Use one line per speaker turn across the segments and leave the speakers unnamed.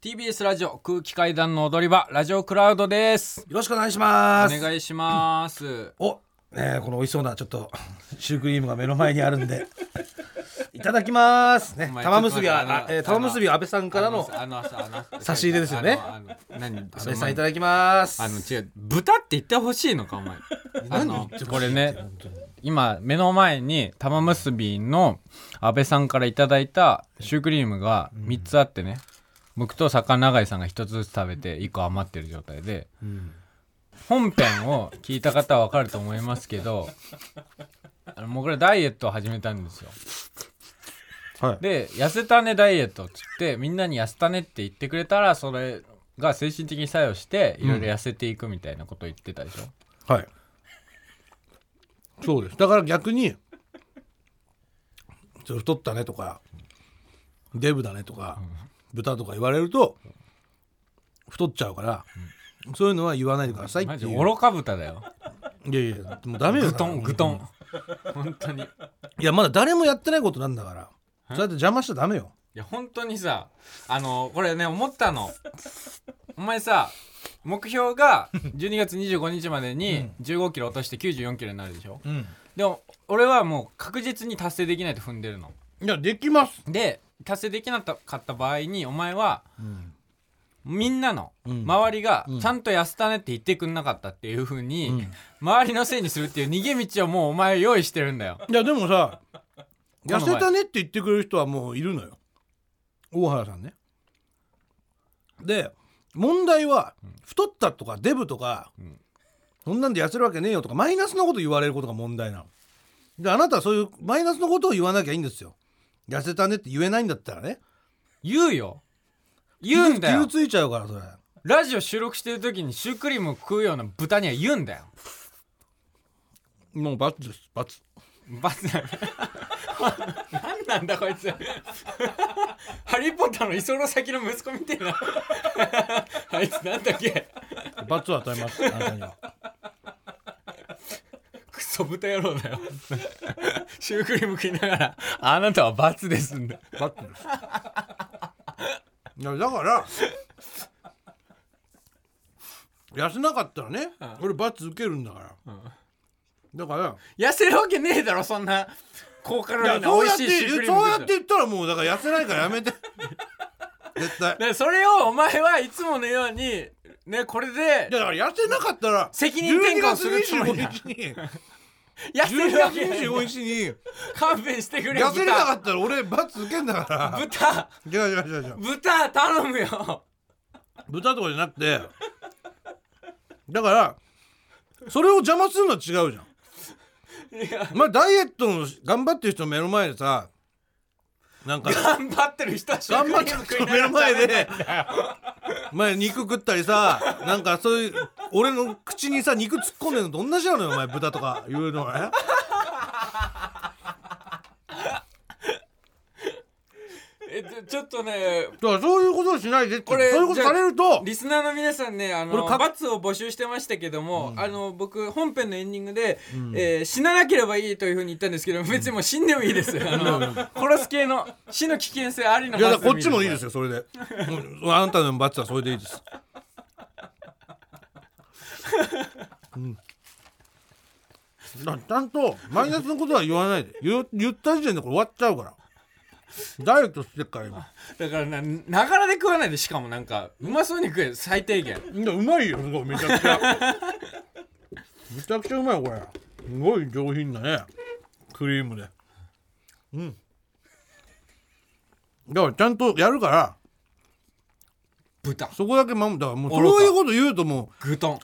TBS ラジオ空気階段の踊り場ラジオクラウドです
よろしくお願いし
お
ます。
願いします
お、ねえこの美味しそうなちょっと シュークリームが目の前にあるんで。いただきます。ね
お、前
玉結び
ちょっと待
は、
っ
あ
て
え
あ
ー
の
玉結びは安倍さんからの。
あのあのあのあの
差し入れですよね
あのあの何
安倍さんいた
だ
だきます。
あの違う豚って言ってほしいのかお前あのこれね今目の前に玉結びの安倍さんからいただいたシュークリームが3つあってね、僕と坂永井さんが1つずつ食べて1個余ってる状態で
うん
本編を聞いた方は分かると思いますけどあの僕らダイエットを始めたんですよ
はい。
で痩せたねダイエットっつってみんなに痩せたねって言ってくれたらそれが精神的に作用していろいろ痩せていくみたいなこと言ってたでしょ、
はい。そうです。だから逆に。ちょっと太ったねとか。デブだねとか。豚とか言われると。太っちゃうから。そういうのは言わないでくださいって
マ
い
ジ
う。
愚か豚だよ
いやいや、もうダメよ。
グトングトン本当にい
いやまだ誰もやってないことなんだからそうやって邪魔しちゃダメよ
や本当にさあのこれね思ったのお前さ目標が12月25日までに1 5キロ落として9 4キロになるでしょ
うん
でも俺はもう確実に達成できないと踏んでるの
いやできます
で達成できなかった場合にお前は
うん
みんなの
うん
周りが
うん
ちゃんと痩せたねって言ってくんなかったっていう風
う
に
ん
周りのせいにするっていう逃げ道をもうお前用意してるんだよ
いやでも
の
さ
前
痩せたねって言ってくれる人はもういるのよ大原さんねで問題は太ったとかデブとか、
ん
そんなんで痩せるわけねえよとかマイナスのこと言われることが問題なのであなたはそういうマイナスのことを言わなきゃいいんですよ痩せたねって言えないんだったらね
言うよ言うんだよ
傷ついちゃうからそれ
ラジオ収録してる時にシュークリームを食うような豚には言うんだよ
もう罰です罰
バツだ何なんだこいつハリー・ポッターの磯の先の息子みたいなあいつなんだっけ
罰を与えますあなたには
クソ豚野郎だよシュークリーム食いながらあなたは罰ですんだ
バットです。いやだから痩せなかったらね、俺バツ受けるんだから、だから
痩せるわけねえだろそんな高カロリー
いやそう
な美
やっ
味
て
しいシュークリーム
そうや
食
っ
うん
て
だよ
言ったらもうだから痩せないからやめて絶対
でそれをお前はいつものようにねこれで
いやだから痩せなかったら
責任転換するつもりだ
12月25日に
痩せ
12
るわ
月
けねえ
25日に
勘弁してくれよ
痩せれなか
豚
ったら俺バツ受けんだか
豚
ら違う違う違う違う
豚頼むよ
豚とかじゃなくてだからそれを邪魔するのは違うじゃん
いや
まあダイエットの頑張ってる人の目の前でさなんか
頑張ってる人はシュー
頑
ク
張っ
リ
て
ーム食
る人
いな
の
が
目
ら
の前
食べない
で前肉食ったりさなんかそういう俺の口にさ肉突っ込んでるのと同じなのよお前豚とか言うのはね
えちょちょっとね
だからそういうことをしないでって
こ
そう
れ
いうことされると
リスナーの皆さんねあの
俺か
罰を募集してましたけども、あの僕本編のエンディングで、えー死ななければいいというふうに言ったんですけど別にもう死んでもいいです、あの殺す系の死の危険性ありの
いやだからこっちもいい
よ
ですよそれでうんあんたの罰はそれでいいですうんだちゃんとマイナスのことは言わないで言う言った時点でこれ終わっちゃうからダイエットしてっから今
だからなながらで食わないでしかもなんかうまそうに食え最低限
いやうまいよすごいめちゃくちゃめちゃくちゃうまいこれすごい上品なねクリームでうんだからちゃんとやるから
豚
そこだけ守だからもう
愚か
そういうこと言うとも
グトン
う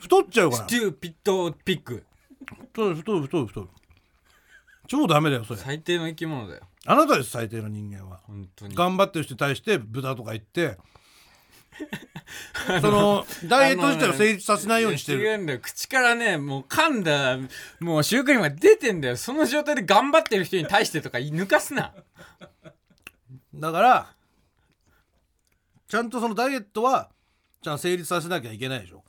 太っちゃうから
ステューピットピッグ
太る太る太る太る超ダメだよそれ
最低の生き物だよ
あなたです最低の人間は
本当に
頑張ってる人に対して豚とか言って そのダイエット自体を成立させないようにして
いや
る
違うんだよ口からねもう噛んだもうシュークリームが出てんだよその状態で頑張ってる人に対してとか抜かすな
だからちゃんとそのダイエットはちゃんと成立させなきゃいけないでしょ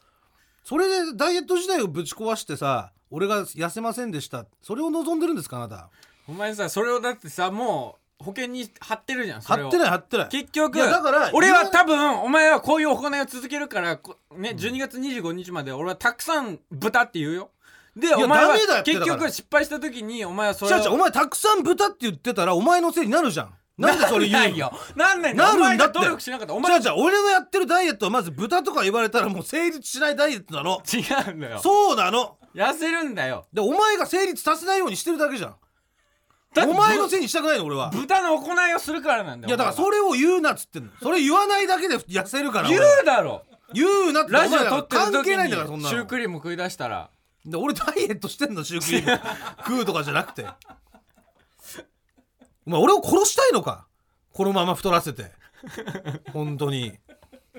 それでダイエット自体をぶち壊してさ俺が痩せませんでしたそれを望んでるんですかあなた
お前さそれをだってさもう保険に貼ってるじゃんそれ
貼
を
ってない貼ってない
結局
いやだから
俺は
言わな
多分お前はこういう行いを続けるからこね12月25日まで俺はたくさん豚って言うよでお前
ダメだ
は
ってだ
結
から
局失敗した時にお前はそ
違
れ
う違うお
を
前たくさん豚って言ってたらお前のせいになるじゃんなんでそれ言う
なん
の
よなんないんだ
な
お
る
前
んだ
が
って
努力しなかったお
じゃ
前
あじゃあ俺のやってるダイエットはまず豚とか言われたらもう成立しないダイエットなの
違うんだよ
そうなの
痩せるんだよ
でお前が成立させないようにしてるだけじゃん
だって
お前のせいにしたくないの俺は
豚の行いをするからなんだよ
いやだから
お
それを言うなっつってんのそれ言わないだけで痩せるから
前は
俺
言うだろ
言うなって
ラジオ
お
撮
前ら
ってる
関係ないんだから
時
そん
に
な
シュー
の
クリーム食い出したら
で俺ダイエットしてんのシュークリーム 食うとかじゃなくてお前俺を殺したいのかこのまま太らせて本当に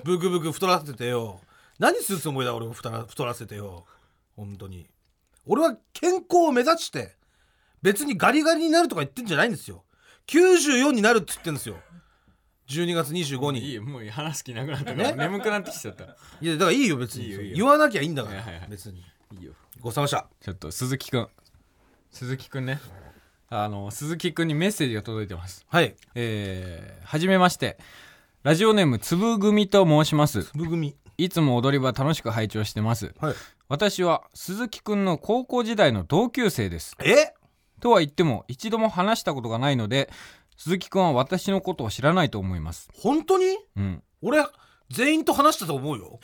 ブクブク太らせてよ何するつもりだ俺を太ら太らせてよ本当に俺は健康を目指して別にガリガリになるとか言ってんじゃないんですよ94になるっつってんですよ12月25に
いいよもういい話聞きなくなったから
ね
眠くなってきちゃった
いやだからいいよ別に
いいよいいよ
言わなきゃいいんだから、
はいはいはい
別に
いいよ
ごちそうさまで
ちょっと鈴木くん鈴木くんねあの鈴木くんにメッセージが届いてます
したはい
えー、はじめましてラジオネームつぶ組と申します
ぶ組
いつも踊り場楽しく拝聴してます
はい
私は鈴木くんの高校時代の同級生です
え
とは言っても一度も話したことがないので鈴木くんは私のことを知らないと思います
本当に
うん
俺全員と話したと思うよ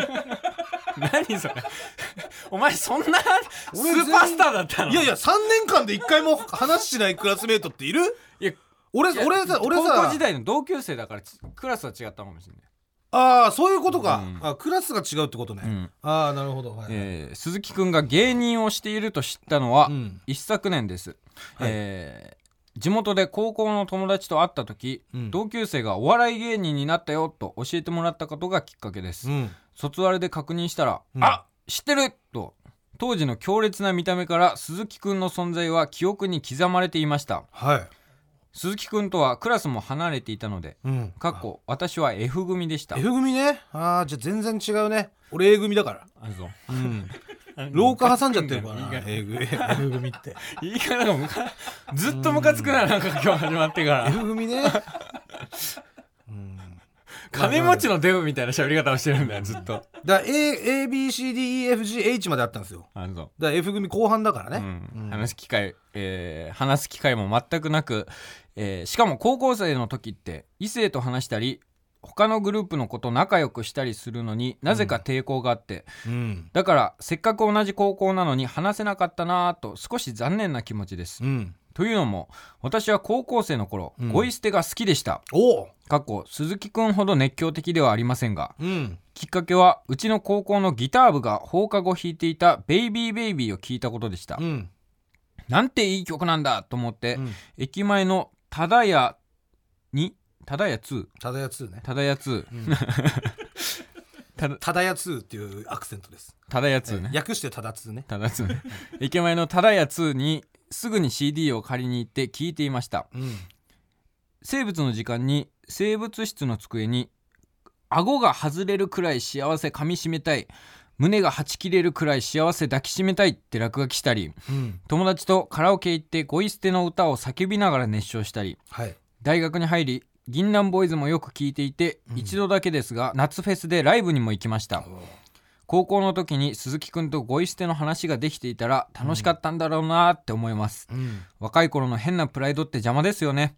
何それ お前そんなス
俺全
ーパースターだったの
いやいや3年間で1回も話しないクラスメートっている
いや
俺
いや
俺さ俺
高
さ
校時代の同級生だからちクラスは違ったかもしれない
ああそういうことか、
うん
あクラスが違うってことね、
うん
ああなるほどはい、
えー鈴木くんが芸人をしていると知ったのは
うん
一昨年です、
はい
えー地元で高校の友達と会った時、
うん
同級生がお笑い芸人になったよと教えてもらったことがきっかけです、
うん
卒アルで確認したら「
うん
あ知ってる!」と当時の強烈な見た目から鈴木くんの存在は記憶に刻まれていました
はい
鈴木くんとはクラスも離れていたので
うん
かっこ私は F 組でした、
F 組ねああじゃあ全然違うね俺 A 組だから
あそう
うん 廊下挟んじゃってるからな A 組 F 組って
言い方がむかずっとムカつくななんか今日始まってから
F 組ねうん
金持ちのデブみたいな喋り方をしてるんだよずっと
だ ABCDEFGH まであったんですよ
あの
だから F 組後半だから
う
ね、
ん
うん
話す機会、えー話す機会も全くなく、えーしかも高校生の時って異性と話したり他のグループの子と仲良くしたりするのになぜか抵抗があって、
うん
だからせっかく同じ高校なのに話せなかったなぁと少し残念な気持ちです、
うん、
というのも私は高校生の頃、
うん
ゴイ捨てが好きでした
おう、
かっこ鈴木くんほど熱狂的ではありませんが
うん、
きっかけはうちの高校のギター部が放課後弾いていた「ベイビーベイビー」を聞いたことでした、
うん、
なんていい曲なんだと思って、
うん
駅前の「ただや」に「ただや2」
ただやつーね
「ただや2」ただ
ただやつーっていうアクセントです
「ただや2ね」
訳してただつーね
ただ2ね 駅前の「ただや2」にすぐに CD を借りに行って聴いていました
うん
生物の時間に生物室の机に顎が外れるくらい幸せ噛みしめたい胸がはち切れるくらい幸せ抱きしめたいって落書きしたり
うん
友達とカラオケ行ってゴイ捨ての歌を叫びながら熱唱したり
はい
大学に入り銀杏ボーイズもよく聴いていて、
うん
一度だけですが夏フェスでライブにも行きました高校の時に鈴木くんとゴイ捨ての話ができていたら楽しかったんだろうなーって思います、
うん
若い頃の変なプライドって邪魔ですよね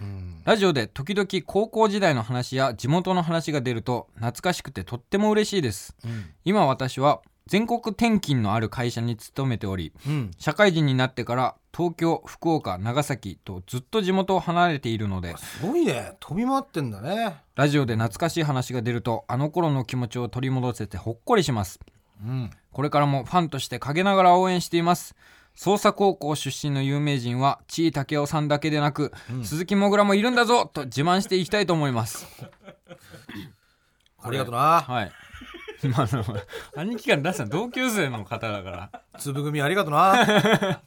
うん
ラジオで時々高校時代の話や地元の話が出ると懐かしくてとっても嬉しいです
うん
今私は全国転勤のある会社に勤めており
うん
社会人になってから東京福岡長崎とずっと地元を離れているのです
ごいね飛び回ってんだね
ラジオで懐かしい話が出るとあの頃の気持ちを取り戻せてほっこりします
うん
これからもファンとして陰ながら応援しています捜査高校出身の有名人は地井武雄さんだけでなく、
うん
鈴木もぐらもいるんだぞと自慢していきたいと思います
ありがとうな
はい。 まあ、あの兄貴から出した同級生の方だから
粒組ありがとう な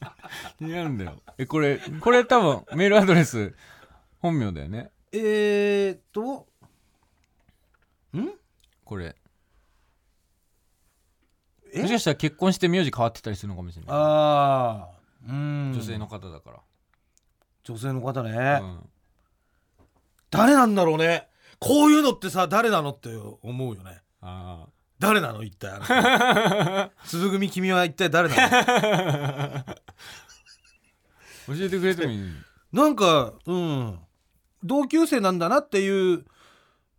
気になるんだよえこれこれ多分メールアドレス本名だよね
えーっとん
これ
え
もしかしたら結婚して名字変わってたりするのかもしれない
ああうん
女性の方だから
女性の方ね、
うん
誰なんだろうねこういうのってさ誰なのって思うよね
あ
誰なの一体あの 人鈴組君は一体誰なの
ー教えてくれてもいい
なんかうん同級生なんだなっていう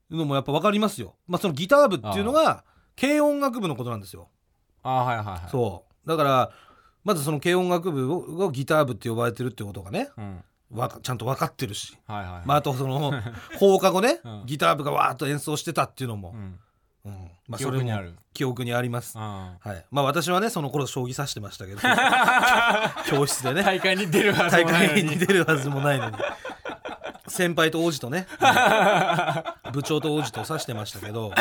のもやっぱ分かりますよまあそのギター部っていうのが軽音楽部のことなんですよ
あーはいはいはい
そうだからまずその軽音楽部ををギター部って呼ばれてるってことがね
う、ん、
わかちゃんと分かってるし
はいはいはい、
まあ、あとその放課後ね、
うん
ギター部がわーっと演奏してたっていうのも
う、ん、
うんまあ、
記
それ
憶にあ
も
る
記憶にあります、
あ
はいまあ、私はねその頃将棋指してました けど教室で
ー
ね
大会に出るはず
大
もないの
会
に
に出るはずもないのに先輩と王子と ね部長と王子と指してましたけど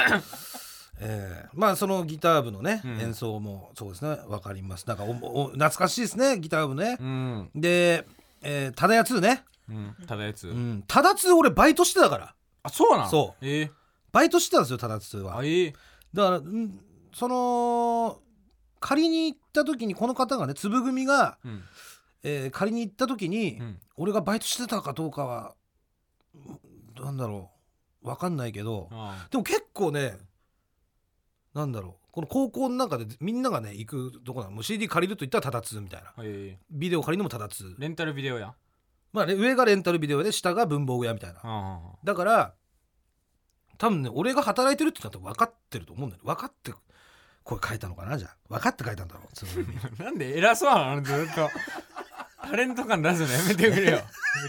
えーまあそのギター部のね、
うん
演奏もそうですね分かりますなんかおお懐かしいですねギター部ね
う、ん、
で、えー、ただやつね、
うん、ただやつ、
うん、ただつ俺バイトしてたから
あそうなん
そう
えー、
バイトしてたんですよただつは
あえー、
だからんその仮に行った時にこの方がね粒組が、
うん
えー仮に行った時に、
うん
俺がバイトしてたかどうかはうんなんだろう分かんないけど
あ
でも結構ねなんだろうこの高校の中でみんながね行くとこなのもう CD 借りると言ったらただつみたいな
ーえ
ビデオ借りるのもただつ
ー、レンタルビデオや
まあね上がレンタルビデオで下が文房具屋みたいな
あー
だから多分ね俺が働いてるってなって分かってると思うんだよね分かってこれ書いたのかなじゃあ分かって書いたんだろうつまり
なんで偉そうなのずっと。タレント感出すのやめてくれよ。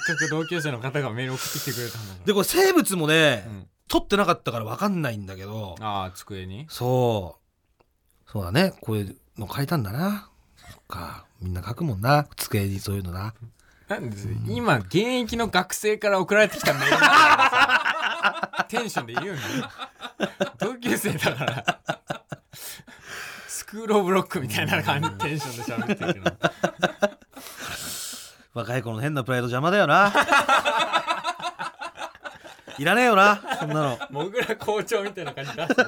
せっかく同級生の方がメール送ってきてくれたんだか
でこれ生物もね、
ら。うん、
取ってなかったから分かんないんだけど
ああ、机に。
そうそうだねこういうの書いたんだなそっかみんな書くもんな机にそういうのな
なんです今、現役の学生から送られてきたメールなんだからさ テンションで言うんだよ。同級生だから。スクールオブロックみたいな感じテンションで喋ってるけど。
若い子の変なプライド邪魔だ よないらねえよなそんなの
もぐら校長みたいな感じ出すの。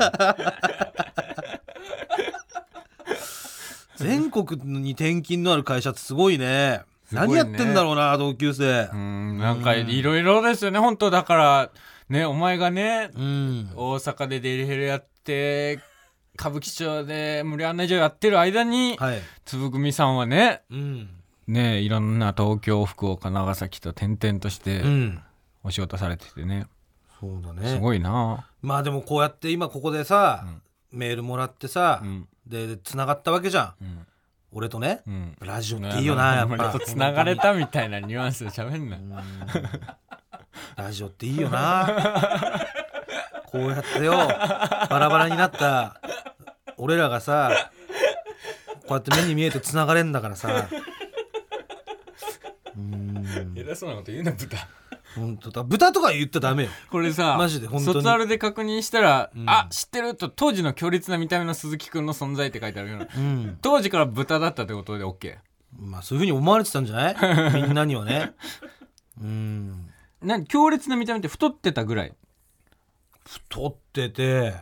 全国に転勤のある会社ってすごいね
すごいね
何やってんだろうな同級生
うん、なんかいろいろですよね、本当だから、ね、お前がね、
うん
大阪でデリヘルやって歌舞伎町で無理案内所やってる間に、
はい。
粒組さんはね
うん。
ねいろんな東京福岡長崎と転々として
うん。
お仕事されててね、
そうだ
す
ね。
ごいな、
まあでもこうやって今ここでさ、メールもらってさ、
うん
で、繋がったわけじゃん。
うん
俺とね、
うん、
ラジオ っていいよな、やっぱ。
つながれたみたいなニュアンスで喋んない
ラジオっていいよな。こうやってよ、バラバラになった、俺らがさ、こうやって目に見えて繋がれんだからさ。うん。
偉そうなこと言うな豚
本当だ。豚とか言っちゃダメよ。
これさ
マジで本当に
卒アルで確認したら「
うん
あ知ってる」と当時の強烈な見た目の鈴木くんの存在って書いてあるような
うん。
当時から豚だったってことで OK
まあそういうふうに思われてたんじゃな いみんなにはね。うん。
なん強烈な見た目って太ってたぐらい
太ってて、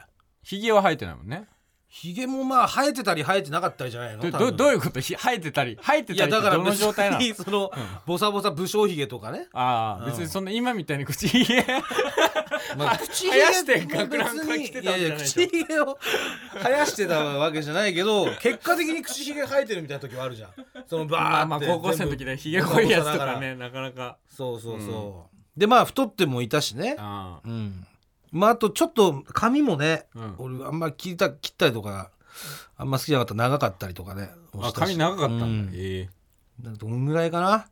ひげは生えてないもんね
ひげもまあ生えてたり生えてなかったりじゃないの
ど
多
ど
分
どういうことひ生えてたり生えて
い
た
や
りっ
だ
て
から
どの
別
状態なの
にその、ボサボサ武将ひげとかね。
ああ別にそんな今みたいに口ひげ
まあ、口
生やして学ランから来てたんじゃないい
やいや口ひげを生やしてたわけじゃないけど結果的に口ひげ生えてるみたいな時はあるじゃんその
ま
バーって
あ まあ高校生の時
全
ね
部
ひげ濃いやつとかねなかなか
そうそうそう、でまあ太ってもいたしね
ああ
うんまああとちょっと髪もね、
うん
俺あんま切った切ったりとかあんま好きじゃなかった長かったりとかね
あ髪長かったんだ、
うん
ええ
どんぐらいかな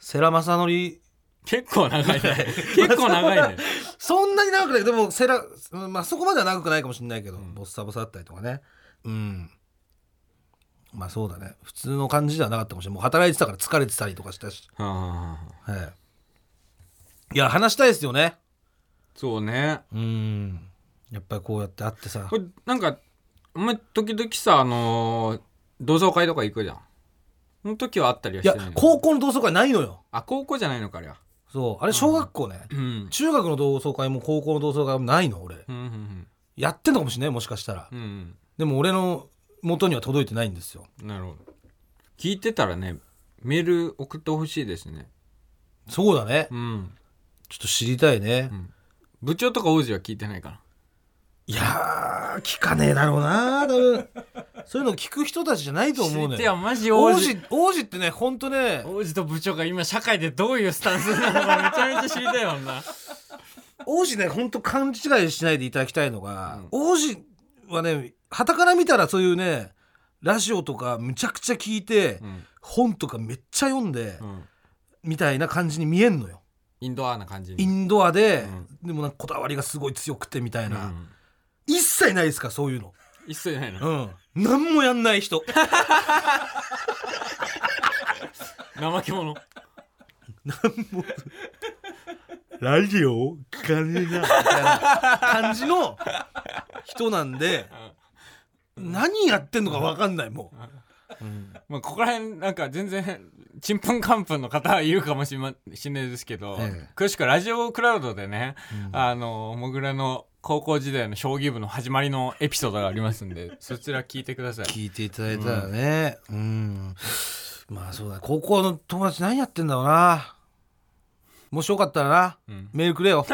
世良正則
結構長い ね結構長いね
そんなに長くないでも世良、うんまあ、そこまでは長くないかもしれないけど、ボッサボサだったりとかねうんまあそうだね普通の感じではなかったかもしれないもう働いてたから疲れてたりとかしたし、
ああ
はい、いや話したいですよね
そうね
うんやっぱりこうやって会ってさ
これなんかお前時々さあのー同窓会とか行くじゃんその時はあったりはいし
や
てないの
高校の同窓会ないのよ
あ高校じゃないのかあれは
そうあれ小学校ね、
うん
中学の同窓会も高校の同窓会もないの俺
うんうん
やってんのかもしれないもしかしたら、
うんうん
でも俺の元には届いてないんですよ
なるほど聞いてたらねメール送ってほしいですね
そうだね
うん
ちょっと知りたいね、
部長とか王子は聞いてないから
いやー聞かねえだろうな多分そういうの聞く人たちじゃないと思う
知っ
ね
てはマジ王
王
子
子王子ってねほんとね
王子と部長が今社会でどういうスタンスなのかめちゃめちゃ知りたいもんな
王子ねほんと勘違いしないでいただきたいのが、王子はねはたから見たらそういうねラジオとかむちゃくちゃ聞いて、
うん、
本とかめっちゃ読んで、
うん、
みたいな感じに見えんのよ
インドアな感じ
イ
に
ンドアで、でもなんかこだわりがすごい強くてみたいな、
うん
一切ないですからそういうの
一切ないの
うん何もやんない人
怠け者
ラジオ聞かねえなみたいな感じ の人なんで何やってんのか分かんないもう、
まあ、ここら辺なんか全然ちんぷんかんぷんの方はいるかもしれましんないですけど、
ええ
詳しくはラジオクラウドでね、あのもぐらの高校時代の将棋部の始まりのエピソードがありますん でそちら聞いてください
聞いていただいたらねうん、まあそうだ高校の友達何やってんだろうなもしよかったらな、
うん
メールくれよ、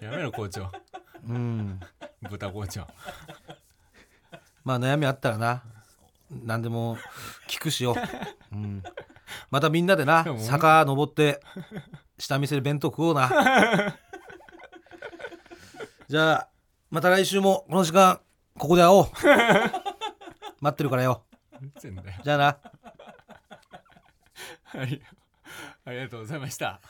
やめろ校長
うん、
豚校長
まあ悩みあったらな何でも聞くしよ、うん、またみんなでな
でも
坂登って下見せで弁当食おうなじゃあまた来週もこの時間ここで会おう待ってるからよ
全然だよ
じゃあな
はいありがとうございました